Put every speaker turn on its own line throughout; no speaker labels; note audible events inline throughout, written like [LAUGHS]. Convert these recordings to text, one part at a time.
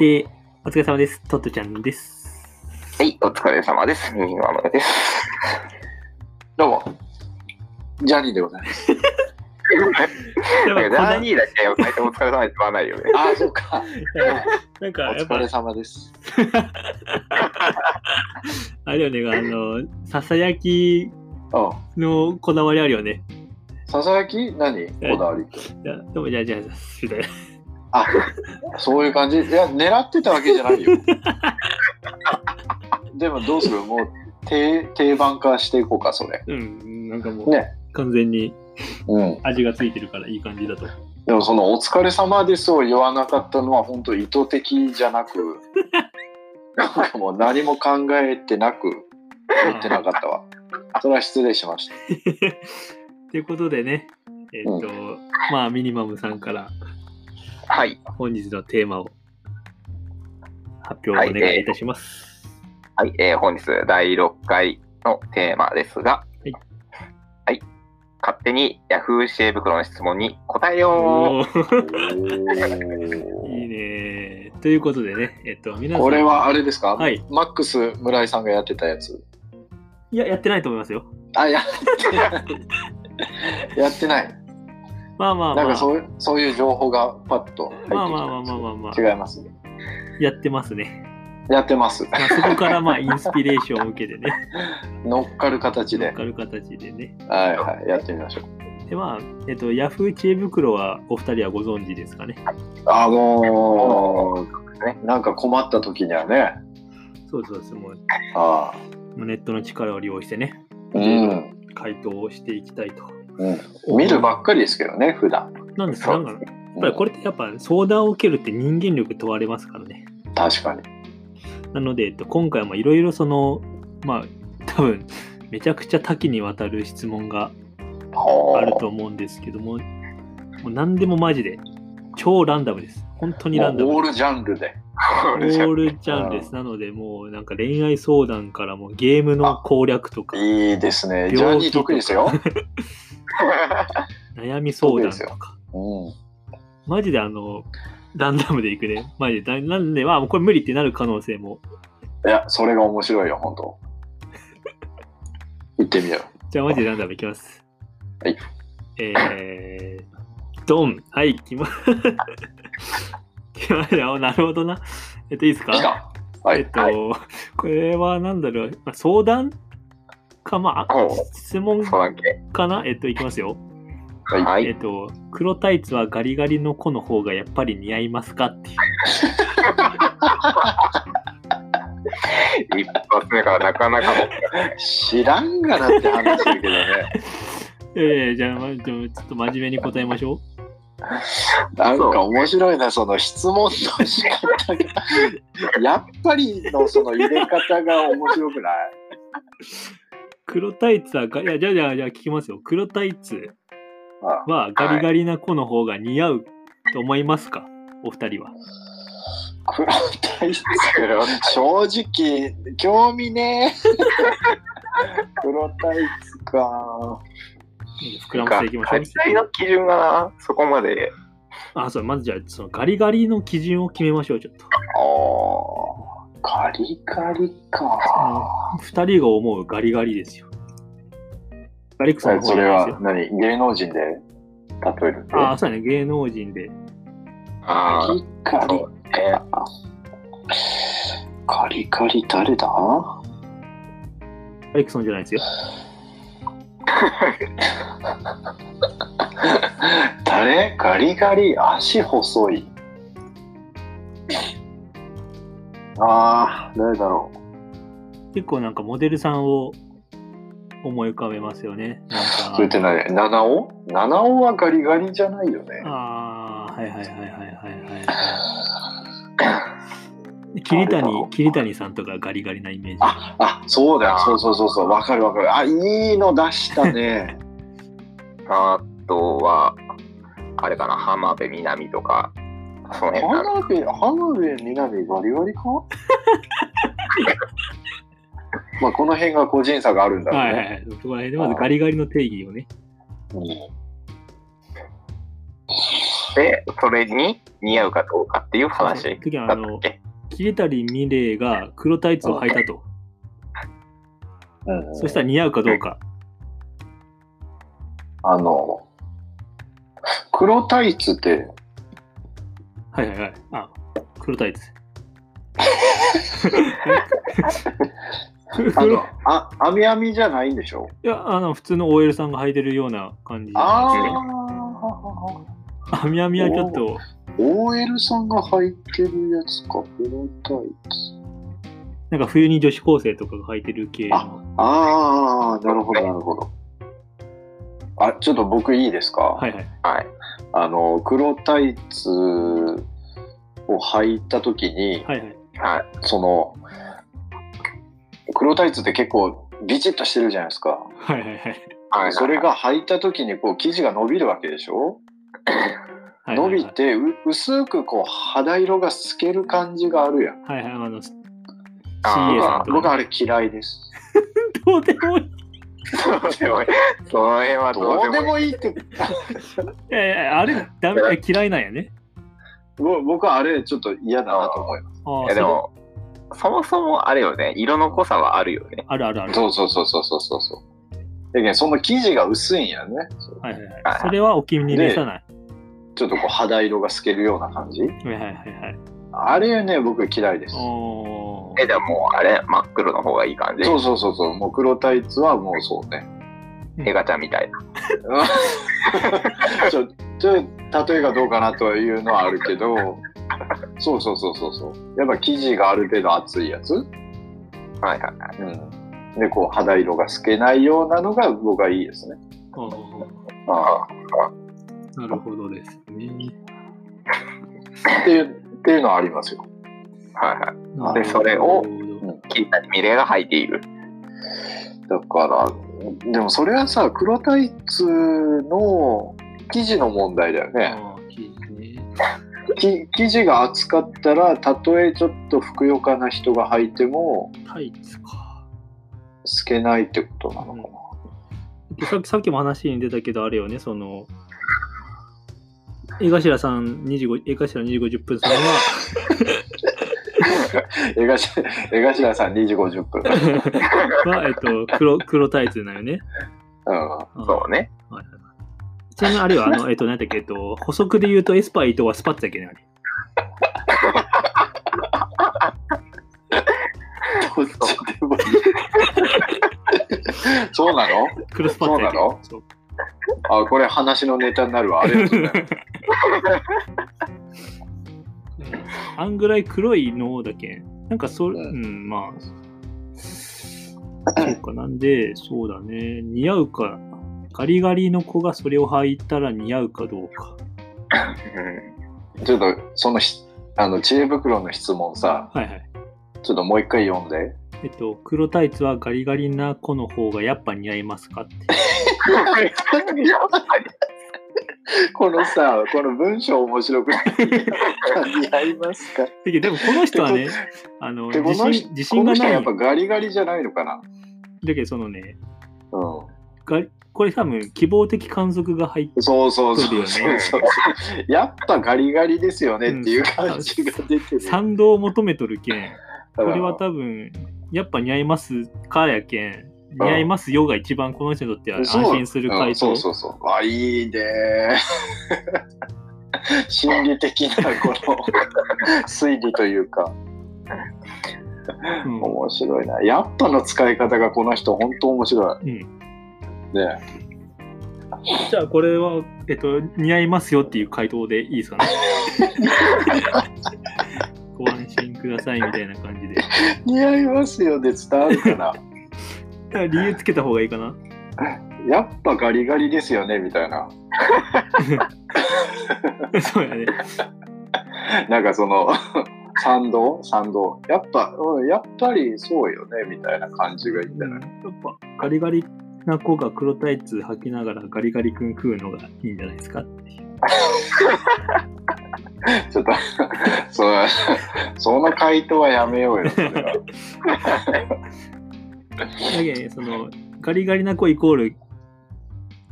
えーお疲れ様です。トットちゃんです。
はい、お疲れ様です。ミニマムです。
どうも。ジャニーでございます。
や
[LAUGHS] なん
っ
か
ぱ
ダニーだけは大体お疲れ様って言わないよね。
[LAUGHS] ああ、そうか。
こだなん
お
か、やっ
疲
ぱ
れ、様です。
あれだよね、あの、ささやき
うん。
のこだわりあるよね。
ささやき何こだわりって。
いやでも、じゃあ、じゃあ、みたいな。
あ、そういう感じ。いや、狙ってたわけじゃない
[LAUGHS]
よ。でもどうするもう定定番化していこうか、それ。
うん、なんかもう、
ね。
完全に
うん。
味がついてるからいい感じだと。
でもそのお疲れ様ですを言わなかったのは本当意図的じゃ
[LAUGHS]
なく、なんかもう何も考えてなく
[LAUGHS]
言ってなかったわ。それは失礼しました。
ということでね、えっ、と、まあ、ミニマムさんから
はい。
本日のテーマを発表お願いいたします。
はい、えー本日第6回のテーマですが、
はい
はい。勝手に Yahoo! 知恵袋の質問に答えよ
おーいい
こ
ねということでね、えっ、と、皆さん。
れはあれですか、
はい
マックス村井さんがやってたやつ。
いや、やってないと思いますよ。
あ、やっ
[LAUGHS]
てない。やってない。
まあまあま
な
あ。
んかそういうそういう情報がパッと入ってきた
まあまあまあまあまあまあ
違います。
やってますね。
やってます。
まあ、そこからまあインスピレーションを受けてね、
[LAUGHS] 乗っかる形
乗っ
で。
かる形でね。
はいはい。やってみましょう。
でまあ、えっと、ヤフー知恵袋はお二人はご存知ですかね。
あのー、なんか困った時にはね。
そうそうそう、もう
ああ。
もうネットの力を利用してね、
うん。
回答をしていきたいと。
うん、見るばっかりですけどね、普段。
なんですか、なんか、やっぱりこれってやっぱ相談を受けるって人間力問われますからね。
うん確かに。
なので、えっと、今回もいろいろその、まあ、多分、めちゃくちゃ多岐にわたる質問があると思うんですけども、もう何でもマジで、超ランダムです。本当にランダムです
もうオールジャンルで。
オー
う。
ルちゃんです。なので、もうなんか恋愛相談からもうゲームの攻略とか、
いいですね。ジャ
病
ーニ
気
ー
と
得
か
意ですよ。
悩み相談
そうです
とか、
うん。
マジであの、ランダムでいくね。マジで。だなんで、まあ、これ無理ってなる可能性も。
いや、それが面白いよ、本当。行ってみよ
じゃあ、マジでランダムいきます。
はい。
えー、ドン。はい、来ま、 [LAUGHS] 来ましたよ。なるほどな。えっと、いいです
う。
か
来た。は
えっ
い。
と、これはなんだろう、まあ、相談か、まあ
おう、
質問
そうだっけ
かなえっと、いきますよ。
はい
は
え
い。
っと、黒タイツはガリガリの子の方がやっぱり似合いますかっていう。
一発目からなかなか
[LAUGHS]
の。
知らんがなって話してるけどね。
ええじゃあ、まあ、ちょっと真面目に答えましょ。
なんか面白いな、その質問の仕方 [LAUGHS] が。やっぱりのその入れ方が面白くないう
黒タイツはガ、いや、じゃあ、じゃあ、じゃあ聞きますよ。黒タイツ
あ
はガリガリな子の方が似合うと思いますかお二人は。
黒タイツ。正直、興味ねえ。黒タイツか。
膨らませていきましょう。
大体の基準がな、そこまで。
あ、そう、まずじゃあ、そのガリガリの基準を決めましょう、ちょっと。
ああ。ガリガリか。
あの二人が思うガリガリですよ。ガリクソンの方
そ
じゃ
れ
ないです
は
よ。
何芸能人で例えるって
あ、そうだね。芸能人で。
あ
リカリ
あ、え
か。カリカリ誰だ
ガリクソンじゃないですよ。
誰ガリガリ足細い。ああ、誰だろ
結構なんかモデルさんを思い浮かべますよね。
う。そ
なんか
れって何七尾七尾はガリガリじゃないよね。
ああ、はいはいはいはいはいはい。桐谷、桐谷さんとかガリガリなイメージ。
あ、あ、そうだよ。そうそうそうそう。わかるわかる。あ、いいの出し
[LAUGHS]
たね。
あとは、あれかな、浜辺美波とか、その辺かな。
花火、花火、みなみ、ガリ
[LAUGHS]
ガリかまあ、この辺が個人差があるんだろう
は
ね。
いはいはい。そこら辺でまずガリガリの定義をね。
うん
て、それに似合うかどうかっていう話
次は
だ
あ
ったっ [LAUGHS]
の
け
桐谷美玲が黒タイツを履いたと、
うん、
そしたら似合うかどうか、
あの、黒タイツって、
はいはいはいあ黒
[LAUGHS]
タイツ [LAUGHS]
あ
黒い
の、あ、網網じゃないんでしょ
やあの普通の OL さんが履いてるような感じ
あ
なんですよ
あ、
あみあみはちょっと
OL さんが履いてるやつか、黒タイツ。
なんか冬に女子高生とかが履いてる系の
ああ、なるほど、なるほど。あ、ちょっと僕いいですか、
はいはい
はい。
あの、黒タイツを履いたときに、
はいはい
はい。
その、黒タイツって結構ビチッとしてるじゃないですか。
はいはいはい
はい。
それが履いたときにこう生地が伸びるわけでしょ
はい
伸
はい
びてう薄くこう肌色が透ける感じがあるやん。
はいはいあの CA さ
あ
んと
僕
か
あれ嫌いです。
どうでもいい
どうでもいい。 [LAUGHS] その辺はど
ど
う
う
で
で
もいい。
もいいって、
いやいやあれダメえ嫌いなんやね
ぼ [LAUGHS] 僕はあれちょっと嫌だなと思いま
あ
い
あ
やでも、そもそもあれよね、色の濃さはあるよね。
あるあるある
す。そうそうそうそうそうそうそう。だけどその生地が薄いんやね。
はいはいはいそれはお気に召さない
ちょっとこう肌色が透けるような感じ。
はいはいはいはい
あれね、僕嫌いです。
おー
え、じゃあもうあれ、真っ黒の方がいい感じ。
そうそうそうそう、もう黒タイツはもうそう [LAUGHS] ね。
エガちゃんみたいな。
ちょちょ例えがどうかなというのはあるけど、そうそうそうそうそう。やっぱ生地がある程度厚いやつ。うん。
はいはいはい。
で、こう肌色が透けないようなのが僕はいいですね。
おー
あ
なるほどですね
あ。っていうっていうのはありますよ。
はいは
な
い。
るほど
それを金谷美玲が履いている。
だから、でもそれはさ、黒タイツの生地の問題だよね。
あーいいですね
き生地が厚かったら、たとえちょっとふくよかな人が履いても、
タイツか
透けないってことなのかな。
ささっきも話に出たけどあれよねその江頭さん25江頭25十分さんは
江頭江頭さん2時50分。
は、えっ [LAUGHS] と、黒黒タイツなよね。
うん、
うん
そうね。
はいはいはいちなみにあれは、あの、えっと、何だっけ、えっと、補足で言うと、エスパイとはスパッツだっけね、あれ。
どっちでもいいそうなの
黒スパッツだっけ。そう
あ、これ話のネタになるわ。ありがとうございます。
あんぐらい黒いのだけん。なんかそ、う
うん
ん、まあ。そうか、なんで、そうだね。似合うか、ガリガリの子がそれを履いたら似合うかどうか。
うん
ちょっとそのひあの知恵袋の質問さ、
はいはい。
ちょっともう一回読んで。
えっと、黒タイツはガリガリな子の方がやっぱ似合いますかって。
このさ、この文章面白くない似合います
[LAUGHS]
か
だけどでもこの人は
[LAUGHS]
ね、あの、
でこ
自
の
信
人
自
こ
信
の
が
人
な。
はいや
だ
っぱガリガリじゃないのかな。
けど、そのね、
う
がこれ多分希望的観測が入って
ん、そうそうそう
そ
そう
だよ
う
ね
そう、やっぱガリガリですよねっていう感じが出てる。
賛同を求めとるけんこれは
うん
多分やっぱ似合いますかやけん似合いますよが一番この人にとっては安
そう
心する回
う
答
んそうそうそうあいいね [LAUGHS] 心理的なこの推理というか
うん
面白いなやっぱの使い方がこの人本当面白い、
うん
ね
じゃあこれは、えっと、似合いますよっていう回答でいいですかね [LAUGHS] ご安心くださいみたいな感じで
似合いますよで伝わるかな
理由つけた方がいいかな [LAUGHS]
やっぱガリガリですよねみたいな
そうやね
なんかその [LAUGHS] 賛同賛同やっぱ、うん、やっぱりそうよねみたいな感じがいいんじゃ
や
ない
っぱガリガリな子が黒タイツ履きながらガリガリ君食うのがいいんじゃないですかっていう
ちょっと [LAUGHS] そうその回答はやめようよそれは
だけどねそのガリガリな子イコール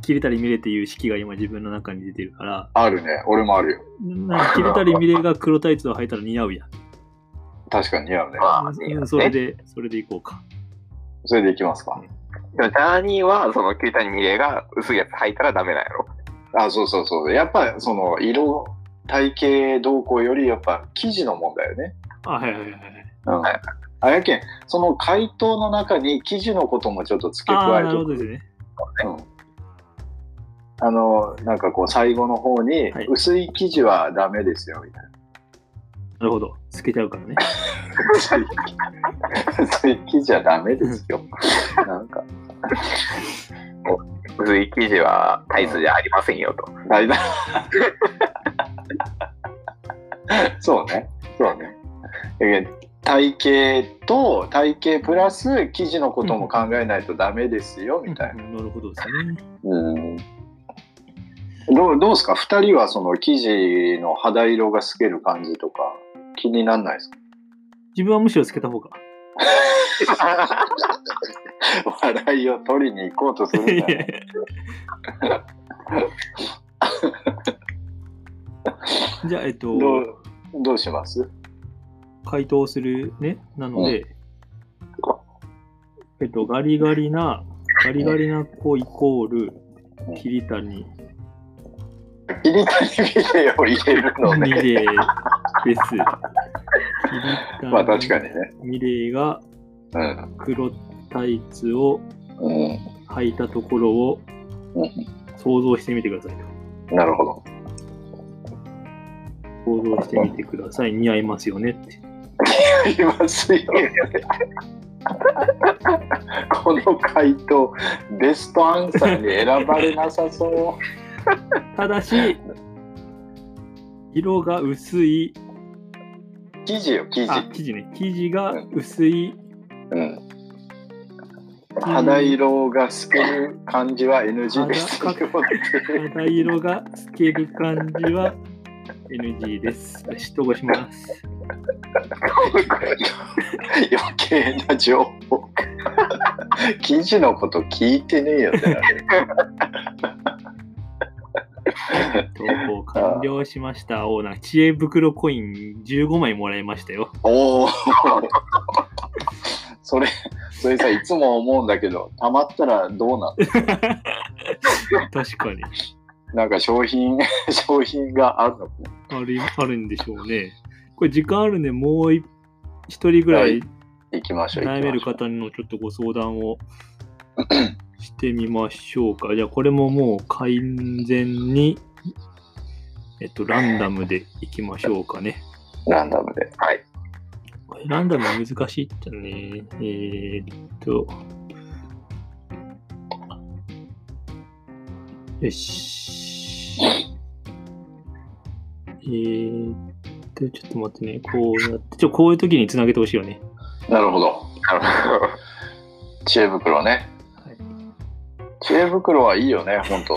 切れたり見れっていう式が今自分の中に出てるから、
あるね。俺もあるよ。
なんか切れたり見れが黒タイツを履いたら似合うやん。
確かに似合うね。
まあ、
う
ね
ん、それで、それでいこうか。
それでいきますか。
でもジャーニーは、その、球体に例が薄いやつ履いたらダメなんやろ。
あ、そうそうそう。やっぱ、その、色、体型動向より、やっぱ、生地の問題よね。
あ、はいはいはいはい。
うん。
はい
あやけん、その回答の中に生地のこともちょっと付け
あ
加
あ、
え
な
て
る
お
ほ
く
どですね。
あの、なんかこう、最後の方に、
はい
薄い生地はダメですよ、みたい
なるほど。透けちゃうからね。
な。 [LAUGHS] 薄い生地はダメですよ。なんか、
薄い生地はタイツじゃありませんよと。
大体。 [LAUGHS] そうね。そうね。やけん体型と体型プラス生地のことも考えないとダメですよ、みたいな。
うんなるほどですね。
うんどうどうですか2人はその生地の肌色が透ける感じとか気になんないですか
自分はむしろ透けた方が。
笑いを取りに行こうとするんだよ
[LAUGHS] じゃあ、えっと、
どうどうします
回答するね。なので、えっと、ガリガリな、ガリガリな子イコール
うん、
桐谷
桐谷ビデオ入れるの
ミ
ね
レーです。桐
[LAUGHS]
谷
まあ確かにね
ミレーが
うん
黒タイツを
うん
履いたところを
う
想像してみてください。
なるほど
想像してみてください。似合いますよねって。
いますよねこの回答ベストアンサーに選ばれなさそ
ただし、色が薄い、
う生地よ生地
あ、生地ね。生地が薄い、
うん肌色が透ける感じは NG です
肌肌色が透ける感じは NG です。嫉妬します。
余計な情報記事のこと聞いてねえよってなる
投稿完了しました。オーナー、知恵袋コイン15枚もらいましたよ。
おおそれそれさいつも思うんだけどたまったらどうなる
確かに。
なんか商品 [LAUGHS] 商品があるのかな
あるあるんでしょうね。これ時間あるんで、もうい一人ぐらい
行きましょう行
悩
き
め
ま
る
しょう
方のちょっとご相談をしてみましょうか。じゃあ、これももう完全に、えっと、ランダムでいきましょうかね。
ランダムで
はい。
これランダム難しいっちゃね。えーっと。よし。えーっと、ちょっと待ってね。こうやって、ちょ、こういう時につなげてほしいよね。
なるほど
あの
知恵袋ね、
はい
知恵袋はいいよね本
[LAUGHS]
当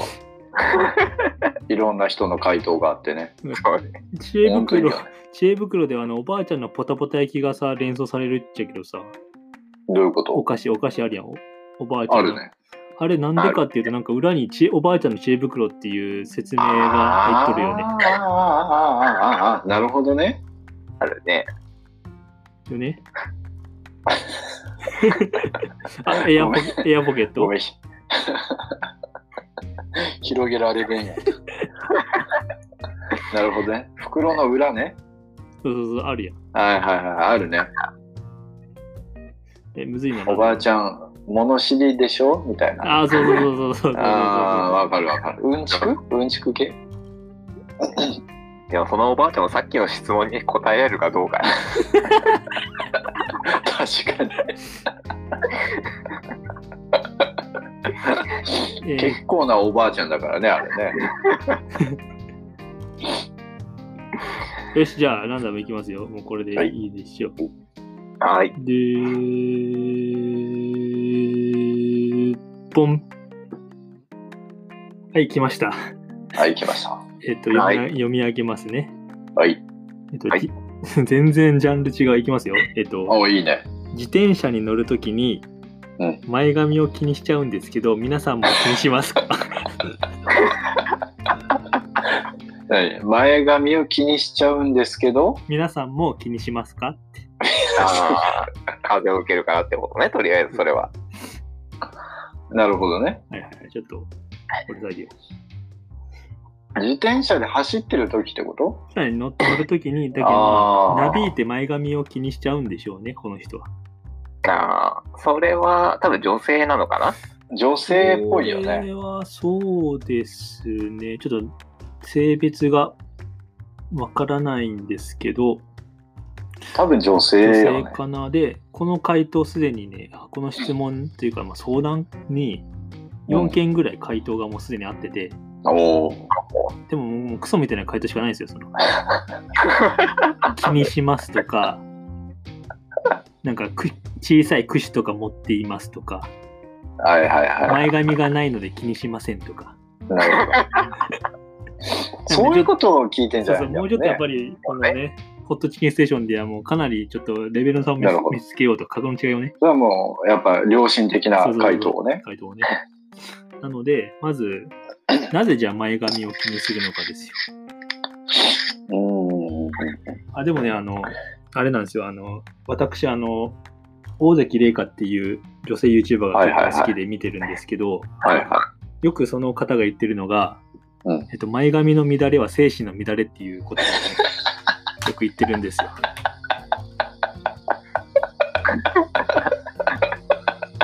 いろんな人の回答があってね
そう
知恵
本当に
袋
いいよ、ね
知恵袋ではあの、おばあちゃんのポタポタ焼きがさ、連想されるっちゃけどさ、
どういうこ
お
と
菓子、お菓子あるやん。おおばあちゃ
あ
んの
るね
あれなんでかっていうと、なんか裏に知恵おばあちゃんの知恵袋っていう説明が入っとるよね。
あーあーあーあーあーあーなるほどね
あるね。
よね。 [LAUGHS] あエアポエアポケッ
ご
ト。
めん [LAUGHS] 広げられるんや [LAUGHS] なるほどね袋の裏ね
そうそうそう、あるやん。
はいはいはいあるね
え、むずいな。
おばあちゃん物知りでしょみたいな
ああ、そうそうそうそうそうそうそう
あー
そ
わかるわかるうんちくうんちく系
でも、そのおばあちゃんもさっきの質問に答えられるかどう
[LAUGHS]
か。
確かに
う。え
結構なおばあちゃんだからねあれね
ーよし、じゃあ、ランダムいきますよ。もうこれで
はい
いいでしょう。
はい。
で、ポン。はい、来ました。
はい来ました
えっと、読み,、
はい
読み上げますね。
はい
えっと、
はい
じ [LAUGHS] 全然ジャンル違う。いきますよ。えっと、
おいいね
自転車に乗るときに
うん
前髪を気にしちゃうんですけど皆さんも気にしますか
何前髪を気にしちゃうんですけど、
皆さんも気にしますかって
あ
[LAUGHS]
ー風を受けるからってことね、とりあえずそれは。
なるほどね。
はいはいはいちょっとこれだけ
自転車で走ってる時ってこと
さらに乗って乗るときにだけど
あー
なびいて前髪を気にしちゃうんでしょうねこの人は
あーそれは多分女性なのかな
女性っぽいよ
こ
ね。
れはそうですね。ちょっと性別がわからないんですけど、
多分女性
女
よ
性
ね。
かなで、この回答すでにね、あこの質問というか、まあ、相談に4件ぐらい回答がもうすでにあってて、
おお。
でももうクソみたいな回答しかないんですよ。その気にしますとか、なんかく小さい櫛とか持っていますとか、
はいはいは
前髪がないので気にしませんとか。
い。な
[LAUGHS]
るほど。そういうことを聞いてんじ
そう
ゃ
そ
な
う、もう
いんだろう
ちょっとやっぱ
ね。
り、このね、ホットチキンステーションではもうかなりちょっとレベルの差を見
なるほど
見つけようと、角の違いをね、
それはもう、やっぱ良心的な回答をね。
回答をね。なので、まず、なぜじゃあ前髪を気にするのかですよ。
うーん。
あ、でもね、あの、あれなんですよ、あの、私、あの、大関玲香っていう女性 YouTuber が
はいはいはい
結構好きで見てるんですけど、
はいは
よくその方が言ってるのが、
うん
えっと、前髪の乱れは精神の乱れっていうことをね、よく言ってるんですよ。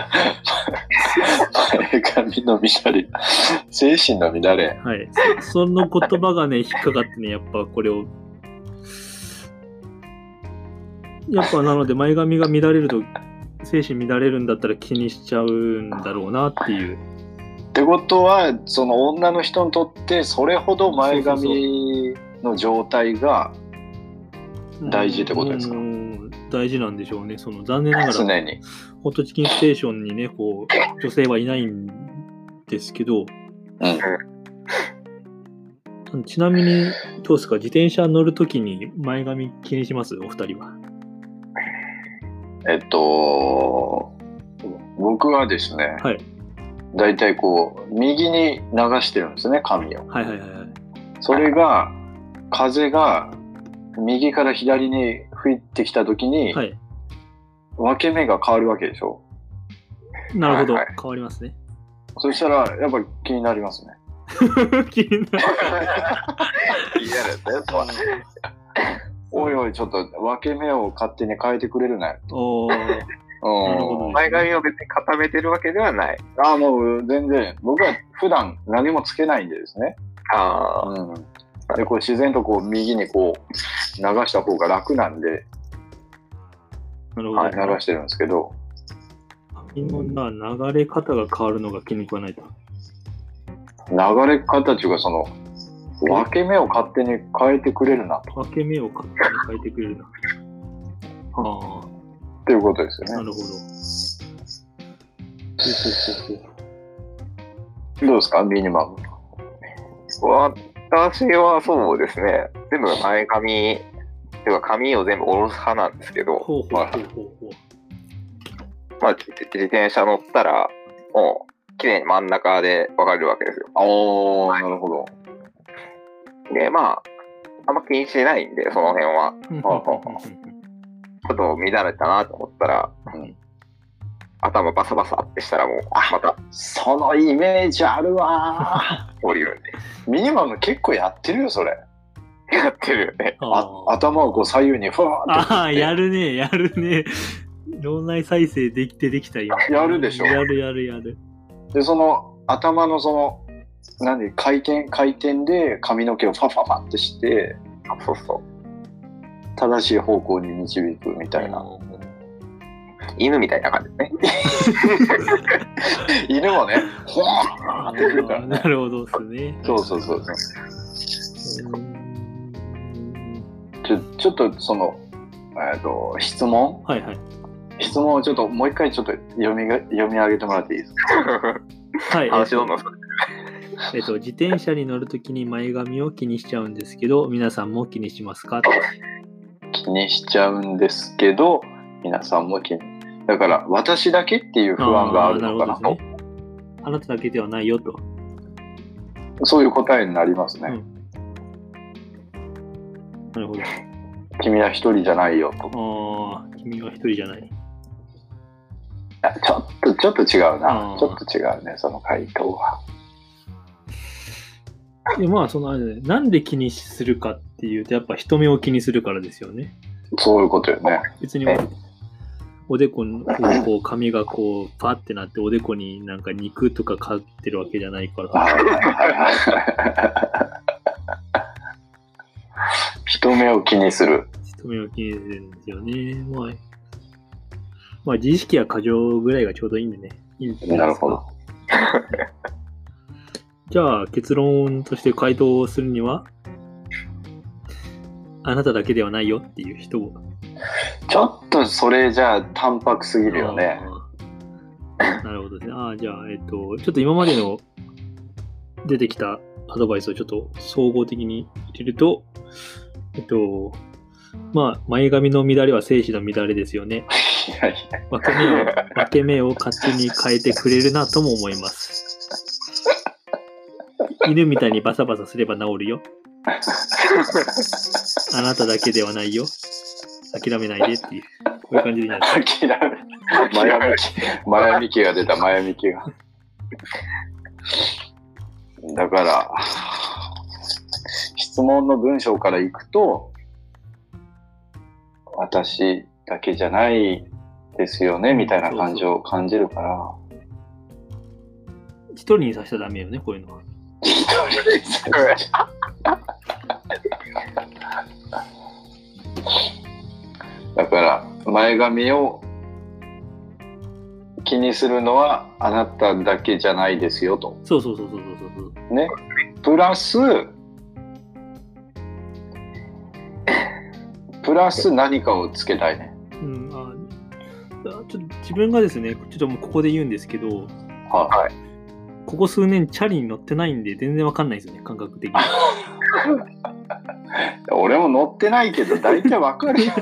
い。前髪の乱れ。精神の乱れ。
はい。そそ [LAUGHS] の言葉がね、引っかかってね、やっぱこれを。やっぱなので、前髪が乱れると、精神乱れるんだったら気にしちゃうんだろうなっていう。
ってことはその女の人にとってそれほど前髪の状態が大事ってことですか
うん大事なんでしょうね。その残念ながら、
常に
ホットチキンステーションにね、こう、女性はいないんですけど、
うん
ちなみに、どうですか、自転車乗るときに前髪気にしますお二人は。
えっと僕はですね、
はい
だいたいこう右に流してるんですね髪を
はいはいはいはい。
それが風が右から左に吹いてきた時に、
はい。
分け目が変わるわけでしょ
なるほど、
はいは
変わります
[LAUGHS]
ね。
そしたらやっぱり気になりますね
気になる。
いやですね、そ
おいおいちょっと分け目を勝手に変えてくれるなよ
おーな
うん
るほど
前髪を別に固めてるわけではない。
ああ、もう全然、僕は普段何もつけないんでですね。
あ
うん。で、こう自然とこう右にこう流した方が楽なんで、
なるほど。
はい、流してるんですけど、
髪のな流れ方が変わるのが気に食わないと。
流れ方っていうかその、分け目を勝手に変えてくれるなと
分け目を勝手に変えてくれるな。あ
っていうことです
あ、な
よね。
るほど。ほうほうほうほ
どうですかミニマム。
あ、私はそうですね、全部前髪、ていうか髪を全部下ろす派なんですけど、
ほうほうほうほうほう。
まあ、自自転車乗ったら、もう、綺麗に真ん中で分かれるわけですよ。
おー、なるほど。
で、まあ、あんま気にしてないんで、その辺は。
うん
ほうほうほ
ちょっと乱れたなと思ったら、
うん
頭バサバサってしたらもう、あまた
そのイメージある
[LAUGHS]
わ
降りるんで。
ー。ミニマム結構やってるよ、それ。
やってるよね。
あ
あ
頭をこう左右にふわーって
ああ、やるね、やるね。脳内再生できてできた今。
やるでしょ
やるやるやる。
でその頭のその何回転回転で髪の毛をファファファってして
あそうそう。
正しい方向に導くみたいな
犬みたいな感じですね。
犬もねほ
あ
わーってくるか
ー
ら
な
ね
るほどですね。
そうそうそう
うん
ちょちょっとそのえっ、と質問
はいはい。
質問をちょっともう一回ちょっと読みが読み上げてもらっていいですか
はい。
話どんどんそれ
えっと、自転車に乗るときに前髪を気にしちゃうんですけど、皆さんも気にしますか
気にしちゃうんですけど皆さんも気にだから、私だけっていう不安があるのかな
あーなるほどですね。あなただけではないよと。
そういう答えになりますね。
なるほど。
君は一人じゃないよと。
ああ、君は一人じゃない。
あちょっと、ちょっと違う
う
な。
ん
ちょっと違うね、その回答は。
でまあ、そのあれだねなんで気にするかっていうと、やっぱ人目を気にするからですよね。
そういうことよね。
別に
ええ
おでこのこう髪がこうパってなっておでこになんか肉とかかってるわけじゃないか
は
ら。
いはいはいはい。人目を気にする。
人目を気にするんですよね。まあ、まあ、自意識や過剰ぐらいがちょうどいいんでね。いいんじゃいですか
なるほど。
[LAUGHS] じゃあ、結論として回答をするには、あなただけではないよっていう人を。
ちょっとそれじゃあ淡白すぎるよね。
あー。なるほどですね。ああ、じゃあ、えっと、ちょっと今までの出てきたアドバイスをちょっと総合的に入れると、えっと、まあ、前髪の乱れは生死の乱れですよね。
いやいや
分け目を分け目を勝手に変えてくれるなとも思います。犬みたいにバサバサすれば治るよ。あなただけではないよ。諦めないでっていう、こういう感じでいいんじゃないですか。
諦め。 [LAUGHS] 前髪き、前髪きが出た、前髪きが。だから、質問の文章からいくと、私だけじゃないですよね、みたいな感情を感じるから。
一人にさせちゃダメよね、こういうのは。
一人ですだから前髪を気にするのはあなただけじゃないですよと
そうそうそうそうそうそう。
ねプラスプラス何かをつけたいね
うん、ああちょっと自分がですね、ちょっともうここで言うんですけど、
は
ここ数年チャリに乗ってないんで全然わかんないですよね、感覚
[LAUGHS]
的に。
い俺も乗ってないけど大体わかるよチ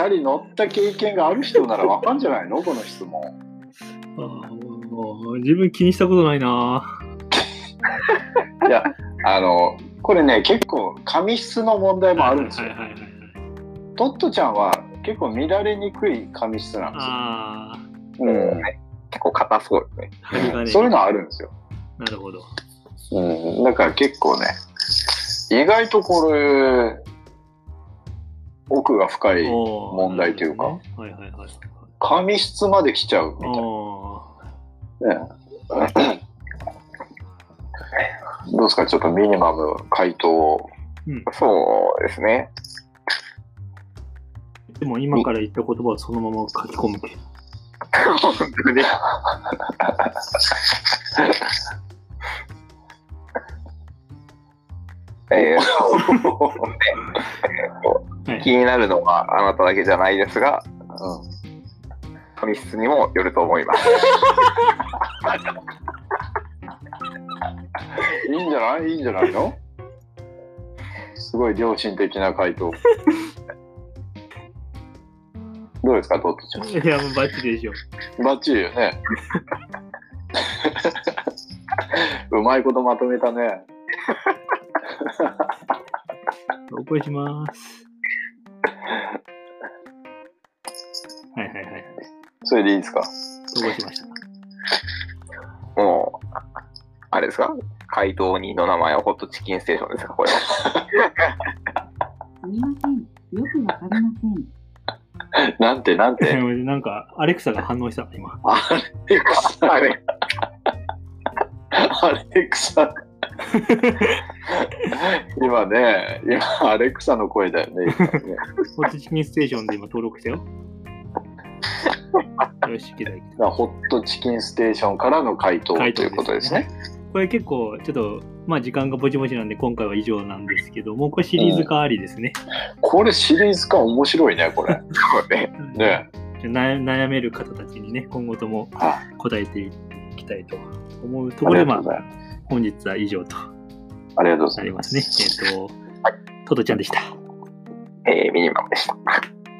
ャリ乗った経験がある人ならわかんじゃないのこの質問
ああもう自分気にしたことないない
や、あの、これね、結構、髪質の問題
ぁ。
もあるんです
は
よ
い。はいはいはい。
トットちゃんは結構見られにくい髪質なん
あ
ですよ。うん
結構硬そうですね。
あ、針金。
そういうのはあるんですよ。
なるほど。
うん、だから結構ね、意外とこれ、奥が深い、
おー
問題というか
なるほどねはいはいはい。
髪質まで来ちゃうみたいな。
あ
ねどうですかちょっとミニマム回答を。
そうですね。
あ。でも今から言った言葉をそのまま書き込む。
本当に。え [LAUGHS]
はい
ー、気になるのはあなただけじゃないですが、
うん
髪質にもよると思います。
いいんじゃないいいんじゃないのすごい良心的な回答。どうですか、トットちゃ
いや、もうバッチリでしょ。
ん。バッチリよね。うまいことまとめたね。
おえします。はいはいはい。
それでいいですか
投稿しました。 [LAUGHS]
もう、あれですか怪盗人の名前はホットチキンステーションですかこれは。
すみません。よくわかりません。
なんて、なんて。
なんか、アレクサが反応した、今。
アレクサ、
あれ
アレクサ。今ね、今、アレクサの声だよね。
ホットチキンステーションで今登録したよ。よし、いけたいけた
ホットチキンステーションからの回答ということですね。
これ結構、ちょっと、まあ時間がぼちぼちなんで、今回は以上なんですけども、これシリーズ化ありですね。
これシリーズ化面白いね、
[LAUGHS]
これ。
そうね。
ね。
悩悩める方たちにね、今後とも
は
答えていきたいと思うと
あ
ころ
り
で、
が
ま
とうご
あ、
ざいます。
本日は以上と
ありがとうござ
ないり
ま
ますね。えっ、と、トトちゃんでした。
えー、ミニマムでした。
す。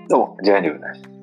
どうも、ジャニーブです。